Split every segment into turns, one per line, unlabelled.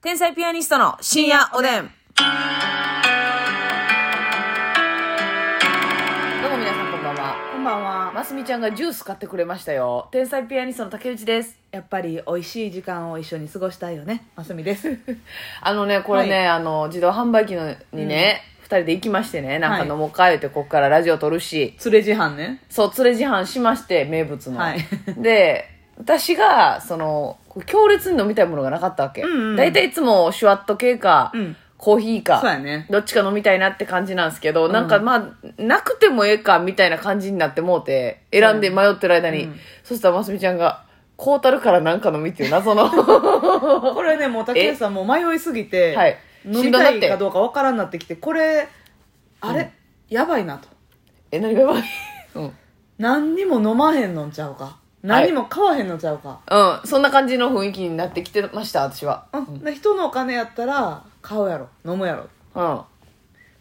天才ピアニストの深夜おでん。どうも皆さんこんばんは。
こんばんは。
ますみちゃんがジュース買ってくれましたよ。天才ピアニストの竹内です。
やっぱり美味しい時間を一緒に過ごしたいよね。ますみです。
あのね、これね、
はい
あの、自動販売機のにね、二、人で行きましてね、なんか飲もうか言って、こっからラジオ撮るし、
釣れ時半ね。
そう、連れ自販しまして、名物の。
はい
で、私が、その、強烈に飲みたいものがなかったわけ。
んうん
大体いつもシュワット系か、
うん
コーヒーか、
そうやね
どっちか飲みたいなって感じなんですけど、なんかまあ、なくてもええか、みたいな感じになってもうて、選んで迷ってる間に、そしたらますみちゃんが、こうたるからなんか飲みっていう 謎の。
これね、もう竹内さんもう迷いすぎて、
はい
飲みたいかどうかわからんなってきて、これ、あれ、やばいなと。
え、何がやばいうん。
何にも飲まへんのんちゃうか。何にも買わへんのんちゃうか。
うん、そんな感じの雰囲気になってきてました、私は。
うんで人のお金やったら、買うやろ。飲むやろ。
うん。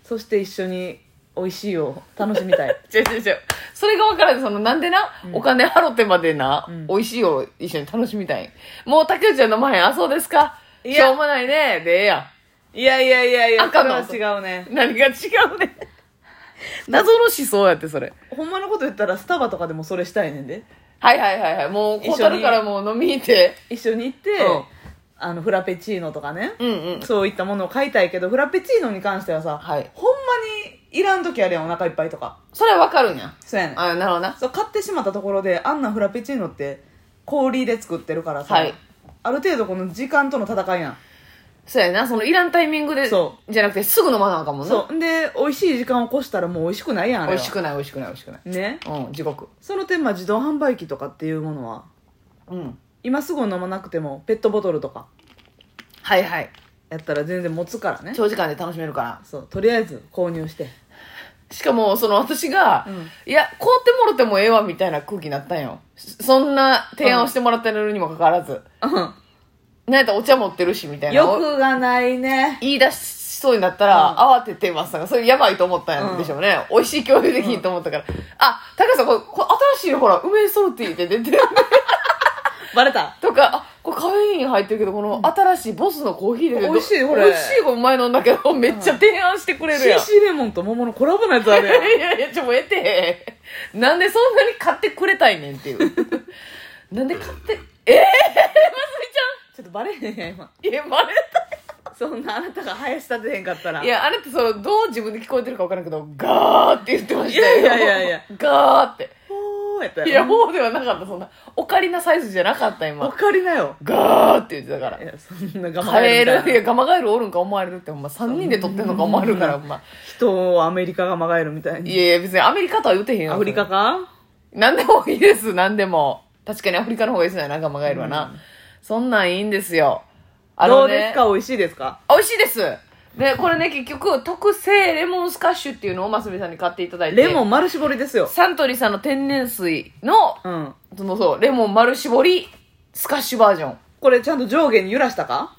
そして一緒に美味しいを楽しみたい。
違う違う違う。それが分からん。その、なんでな、お金払ってまでな、
ん
美味しいを一緒に楽しみたい。もう竹内は飲まへん。あ、そうですか。
いや
しょうもないね。で、ええや
いやいやいやいや、こ
赤
れ
の
は違うね。
ん。何が違うね。謎の思想やって、それ。
ほんまのこと言ったら、スタバとかでもそれしたいねんで。
はいはいはいはい。もう、
一緒に
こうたるからもう飲みに行って。
一緒に行って、
うん
あのフラペチーノとかね、
うんうん。
そういったものを買いたいけどフラペチーノに関してはさ、
はい
ほんまにいらん時あるやんお腹いっぱいとか
それは分かるんや。
そうやねん
あ、なるほどな。
そう買ってしまったところであんなフラペチーノって氷で作ってるからさ、
はい
ある程度この時間との戦いやん、
そうやな。その、いらんタイミングで、
そ
じゃなくて、すぐ飲まなあかんもんな。
そうで美味しい時間を越したらもう美味しくないやんあれ
美
は
味しくない、美味しくない、美味しくない。
ね
うん、地獄。
その点まあ自動販売機とかっていうものは
うん。
今すぐ飲まなくてもペットボトルとか
はいはい。
やったら全然持つからね
長時間で楽しめるから。
そうとりあえず購入して
しかも、その私が、
うん
いや、買うてもろてもええわみたいな空気になったんよ。そそんな提案をしてもらってるにもかかわらず。
うん
なんやったらお茶持ってるしみたいな。
欲がないね
言い出しそうになったら、慌ててますが、それやばいと思ったんでしょうね。美味しい共有できんと思ったから。あ、高橋さん、これ、これ新しいのほら、梅ソルティって出てるね。
バレた
とか、あ、これカフェイン入ってるけど、この新しいボスのコーヒーで
美味しいこれ
美味しいこれ前飲んだけど、めっちゃ提案してくれるやん。
CC レモンと桃のコラボのやつあるやん
いやいや、ちょ、もうええて。なんでそんなに買ってくれたいねんっていう。 なんで買って、ええ
ちょっとバレへんやん今
いや、バレ
そんなあなたが林立てへんかったら
た。いや、あれってその、どう自分で聞こえてるか分からんけど、ガーって言ってましたよ。
いやいやいやいや。
ガーって。
ほーやった
いや、
や
もうではなかった、そんな。オカリナサイズじゃなかった、
わ
今。
かりなよ
ガーって言ってたから
い。やそんな頑張
カエ
れるみ
ル、
た
い
いな
や、ガマガエルおるんか思われるって、ほんま、3人で撮ってんのか思われるから、ほんま。
人をアメリカがまがえるみたい
い
に
やいや、別にアメリカとは言ってへんよ。
アフリカか
何でもいいです、何でも。確かにアフリカの方がいいですね、仲間がいるわな。そんなんいいんですよ。あ
ど
の
うで
ね
す、か美味しいですか
美味しいです。で、これね、結局、特製レモンスカッシュっていうのをマスミさんに買っていただいて。
レモ
ン
ン丸絞りですよ
サントリーさんの天然水の、
うん
そのそう、レモン丸絞り、スカッシュバージョン。
これちゃんと上下に揺らしたか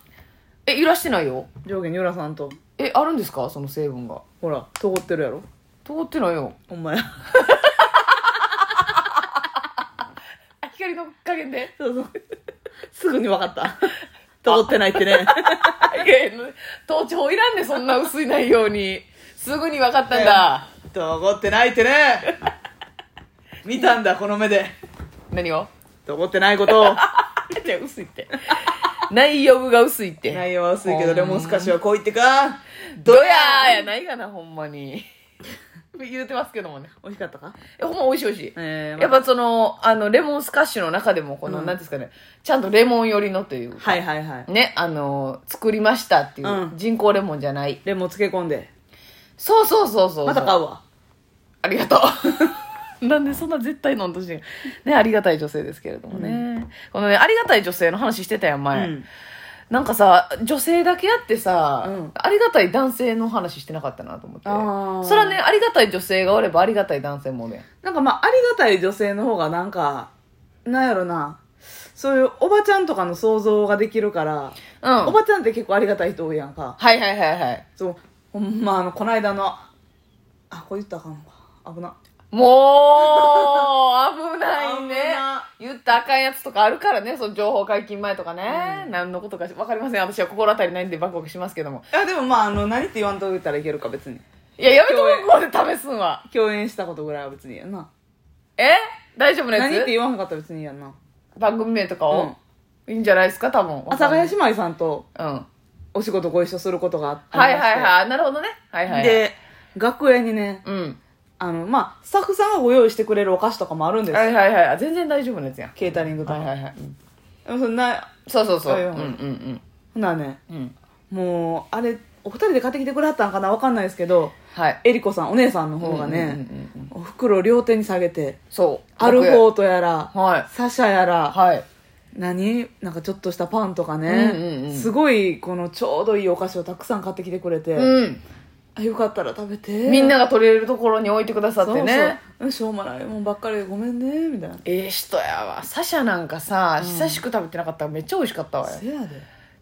え、揺らしてないよ。
上下に揺らさんと
え、あるんですかその成分が。
ほら通ってるやろ
通ってないよ。
ほんまや
あ、光の加減で。
そうそうすぐに分かった通ってないってね
あいやいや盗聴いらんで、そんな薄い内容に。すぐに分かったんだ。
とごってないって ね見たんだこの目で
何を
とごってないことを
じゃあ薄いって。内容が薄いって。
内容は薄いけ
ほ
ど
ん
レモンスカッシュはこう言ってか
どやーやないがな、ほんまに。言うてますけどもね。
美味しかったか
えほんま美味しい美味しい。
えー
やっぱその、あの、レモンスカッシュの中でも、この、
うん
なんていうんですかね、ちゃんとレモン寄りのという、
はいはいはい
ね、あの、作りましたっていう、
うん
人工レモンじゃない。
レモン漬け込んで
そうそうそうそう。
また買うわ
ありがとう。 なんでそんな絶対飲んとしいね、ありがたい女性ですけれどもね。このね、ありがたい女性の話してたやん、前。
うん
なんかさ、女性だけやってさ、
うん
ありがたい男性の話してなかったなと思って
あ。ー
それはね、ありがたい女性がおればありがたい男性もおるやん。
なんかまあありがたい女性の方がなんかなんやろなそういうおばちゃんとかの想像ができるから、
うん。
おばちゃんって結構ありがたい人多いやんか
はいはいはいはい。
そうほんまあのこの間のあこれ言ったらあかんのか危な
もう、危ないね
危な。
言ったらあかんやつとかあるからね、その情報解禁前とかね。何のことかわかりません。私は心当たりないんでバクバクしますけども。
いやでも まああの何って言わんといたらいけるか別に
いや、やめとこう、ここまで試すんは。
共演したことぐらいは別にいいやんな
え大丈夫な
何っ
や
て
つ
言わんかったら別にいいやんな
番組名とかを、いいんじゃないですか、多分。
阿佐ヶ谷姉妹さんと
うん。はい
お仕事ご一緒することがあって
はいはい。なるほどね。はいはい。、
で楽屋にね
うん。
あのまあスタッフさんがご用意してくれるお菓子とかもあるんですよ
はいはいはいあ。全然大丈夫なやつやん。
ケータリングとか、
はいはいはい。うん
でもそんな
そうそうそう。
は
う
い
ん
はい
うん
ほんならね
うん。うん。
もうあれお二人で買ってきてくれはったんかなわかんないですけど
はい。
えりこさんお姉さんの方が
うんう
ね
んうんうん
お袋を両手に下げて
そう。
アルフォートやら
はい。
サシャやら
はい。
何なんかちょっとしたパンとか
うんうんう
ね
ん
すごいこのちょうどいいお菓子をたくさん買ってきてくれて
うん。
あよかったら食べて
みんなが取れるところに置いてくださっ
そう
てね。
そううんしょうもないもんばっかりでごめんねみたいな
ええ人やわ。サシャなんかさ、久しく食べてなかったからめっちゃ美味しかったわよ。
せやで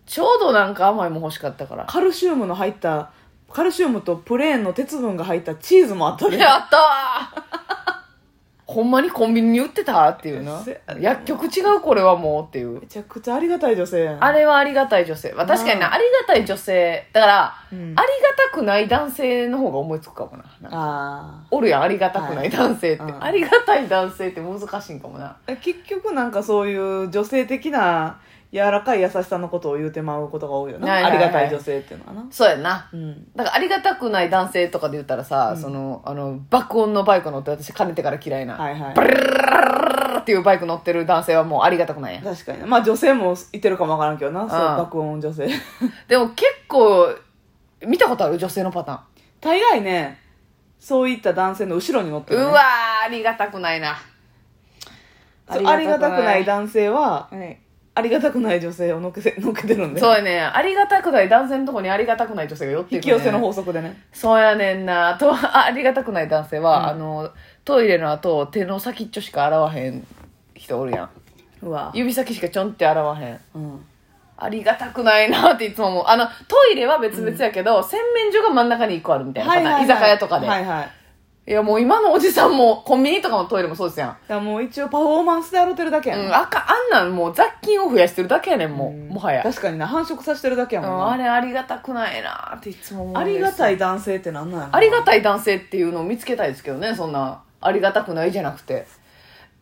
ちょうどなんか甘いもん欲しかったから。
カルシウムの入ったカルシウムとプレーンの鉄分が入ったチーズもあったで
やったわほんまにコンビニに売ってたっていうな
せや。ね
薬局違うこれはもうっていう
め。ちゃくちゃありがたい女性やん
あれはありがたい女性。まあ、確かに
うん
な、ありがたい女性。だから、
うん
ありがたくない男性の方が思いつくかもな。なんか
あ
おるやん、ありがたくな
はいい
男性って。
うん
ありがたい男性って難しいんかもな。
ー結局なんかそういう女性的な柔らかい優しさのことを言うてまうことが多いよな、
はいはいはい
ありがたい女性っていうのはな
そうやな。
うん
だからありがたくない男性とかで言ったらさ、その、あの、爆音のバイク乗って私かねてから嫌いな。
はいはい
ブルルルルルルっていうバイク乗ってる男性はもうありがたくないやん。
確かになまあ女性もいてるかもわからんけどなそう
ああ
爆音女性
でも結構、見たことある女性のパターン。
大概ねそういった男性の後ろに乗ってる、
う
ね、
わー、ありがたくないな。
そうありがたくない
男
男性は
性。
ありがたくない女性を乗っけて 乗っけてるんで
そうやねんありがたくない男性のとこにありがたくない女性が寄ってい
引
く、
き
ね。
寄せの法則でね
そうやねんな。と、 あありがたくない男性は、あの、トイレの後、手の先っちょしか洗わへん人おるやん。
うわ
指先しかちょんって洗わへん。
うん
ありがたくないなっていつも思う。あの、トイレは別々やけど、洗面所が真ん中に一個あるみたいなパターン、居酒屋とかで、
はいは
い。
いだか
や、もう今のおじさんも、コンビニとかのトイレもそうですやん。
らもう一応パフォーマンスで洗ってるだけや、
うんん、あか、あんなんもう雑菌を増やしてるだけやねん、もう。もはや。
確かにな繁殖させてるだけや
う
もん
ん、
な
あれありがたくないなっていつも思うん
あ
です
りがたい男性ってなんなんやろ
ありがたい男性っていうのを見つけたいですけどね、そんな、ありがたくないじゃなくて。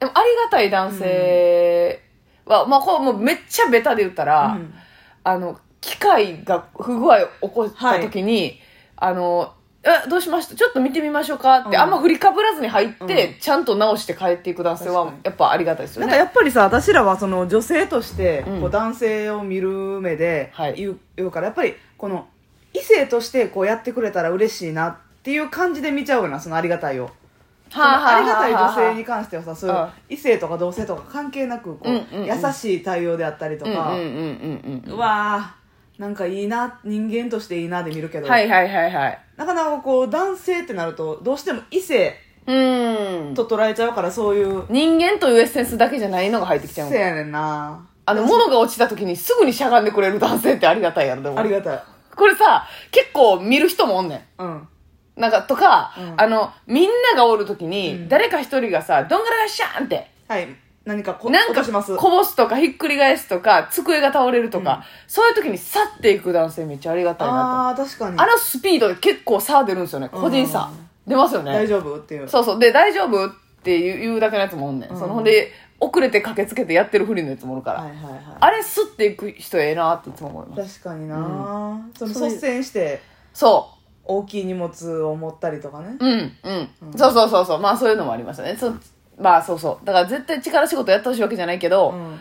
でも、ありがたい男性は、まあ、これもうめっちゃベタで言ったら、
うん
あの、機械が不具合を起こした時に、あの、え、どうしましたちょっと見てみましょうかって、
うん
あんま振りかぶらずに入って、ちゃんと直して帰っていく男性
確
は
かに、
やっぱありがたいですよ
なんか
ね。
やっぱりさ私らはその女性として
うん
こう男性を見る目で
はい
言う,、言うからやっぱりこの異性としてこうやってくれたら嬉しいなっていう感じで見ちゃうよなそのありがたいをそのありがたい女性に関してはさそういう
あ
異性とか同性とか関係なくこう、
うんうんうん
優しい対応であったりと
うんうん
か、う
う
ん
うんうんうん。
わーなんかいいな人間としていいなで見るけど、
はいはいはいはい。
なかなかこう男性ってなるとどうしても異性
うん。
と捉えちゃうからそういう
人間というエッセンスだけじゃないのが入ってきちゃうもん
せやねんな
あの、物が落ちた時にすぐにしゃがんでくれる男性ってありがたいやん、でも
あ。りがたい
これさ、結構見る人もおんね
うん
ん。なんか、とか、
うん
あの、みんながおる時に、誰か一人がさ、どんがらがしゃーんって、
はい何かこ
なん
こ
か
とします
こぼすとか、ひっくり返すとか、机が倒れるとか、そういう時に去っていく男性めっちゃありがたい
あ
な
あ確かに
と。あのスピードで結構差出るんですよね。個人差。出ますよね。
大丈夫っていう
そうそう。で、大丈夫って言う言うだけのやつもおんねん。その、ほんで、遅れて駆けつけてやってるふりのやつもおるから。
はいはいは
あれ、すっていく人ええなっていつも思い
い
ます。
確かにな、その
そういう
率先して
そ
大きい荷物を持ったりとかね
う。うん、うん。そうそうそうそう。まあ、そういうのもありましたね。そうまあ、そうそう。だから、絶対力仕事やってほしいわけじゃないけど、
うん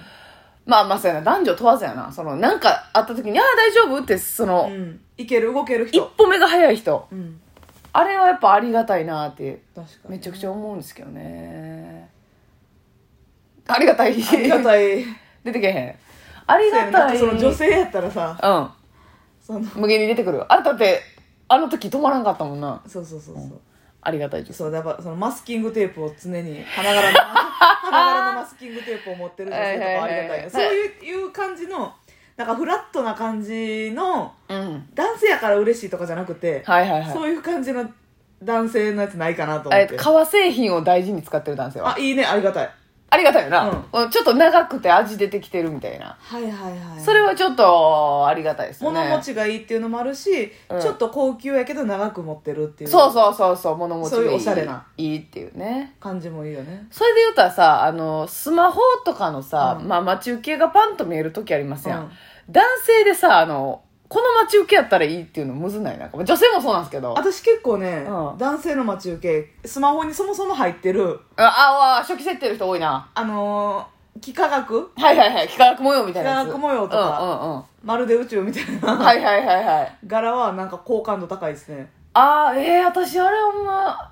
まあまあ、そうやな。男女問わずやな。その、なんかあった時に、ああ、大丈夫って、そ
う
の、
んいける動ける
一
人
歩目が早い人。
うん
あれはやっぱありがたいなって、
確かに
めちゃくちゃ思うんですけどね。ありがたい。
ありがたい
出てけへん。ありが
なん
た
か
い。
その女性やったらさ
うん。
その
無限に出てくるよあれだってあの時止まらんかったもんな
そうそうそうそう
ありがたいです
そうだからそのマスキングテープを常に花 柄の花柄のマスキングテープを持ってる女性とかはありが
はいはいは
た
いはい
いそういういう感じのなんかフラットな感じの
うん
男性やから嬉しいとかじゃなくて
はいはいはい
そういう感じの男性のやつないかなと
あ
思っ
れ
て
革製品を大事に使ってる男性は
あいいねありがたい
ありがたいよな、ちょっと長くて味出てきてるみたいな
はいはいはい
それはちょっとありがたいですよね
物持ちがいいっていうのもあるし、
うん
ちょっと高級やけど長く持ってるっていう
そうそうそうそう物持ちが
そう
い
い
いう
おしゃれない
いっていうね
感じもいいよね
それで言うたらさあのスマホとかのさ、
うん
まあ、待ち受けがパンと見える時ありますやん、
うん
男性でさあのこの待ち受けやったらいいっていうのむずないなんか女性もそうなんですけどあ
私結構ね、
うん
男性の待ち受けスマホにそもそも入ってる
ああ初期設定の人多いな
あのー幾何学
はいはいはい幾何学模様みたいなやつ
幾何学模様とか
うんうんうん
まるで宇宙みたいな、
はいはいはいはい。
柄はなんか好感度高いですね
ああ、ええ私あれほんま、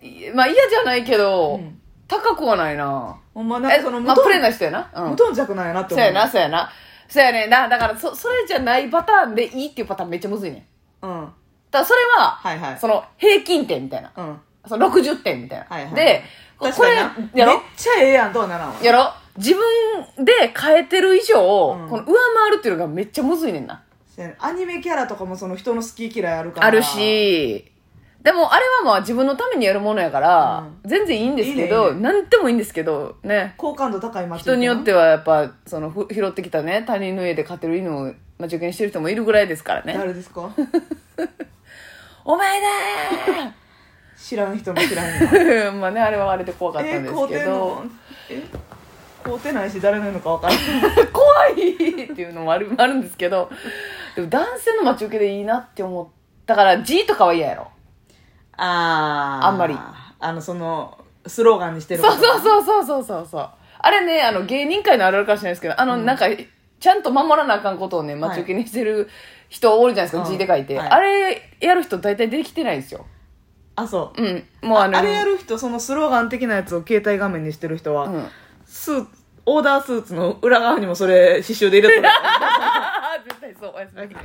いまあ嫌じゃないけど、
うん
高くはないな。
ほんまなん
え、
かその無
まあ、
頓,、
プレーな人やな。うん
無。頓着なんやなって
そう
思う
やな、そうやな。そうやねんな。だから、そ、それじゃないパターンでいいっていうパターンめっちゃむずいねん。
うん
ただそれは、
はいはい
その、平均点みたいな。
うん
その60点みたいな。
はいはい
で、こ
確かにな
れ、や
めっ
ろ
ちゃええやんとはならんわ
やろ自分で変えてる以上、
うん
この上回るっていうのがめっちゃむずいねんな。
せやねアニメキャラとかもその人の好き嫌いあるから
あるし、でもあれはまあ自分のためにやるものやから、全然いいんですけ
いいねい
ど、
いね
なんでもいいんですけど、ね。
好感度高い街
人によって
は
はやっぱ、その、ふ拾ってきたね、他人の家で飼ってる犬を待ち受けにしてる人もいるぐらいですからね。
誰ですか
お前だ
知らん人も知らん人
ー まあね、あれはあれで怖かった
え
んです
買う
け
てん
ど、
のえ買うてないし誰の言うのか分からん
怖いっていうのもあるあるんですけど、でも男性の待ち受けでいいなって思ったから、G とかは嫌やろ。
あー
あんまり
あのそのスローガンにしてる
そうそう
う
そうそうそうそうそうあれねあの芸人界のあるあるかもしれないですけどあの、なんかちゃんと守らなあかんことをね待ち受けにしてる人おるじゃないですか、
うん
字で書いて、
はい
あれやる人大体できてないんですよ
あそう
うんもうあの
あれやる人そのスローガン的なやつを携帯画面にしてる人は、
うん
スーツオーダースーツの裏側にもそれ刺繍で入れてる
あー絶対そうおやすみなさい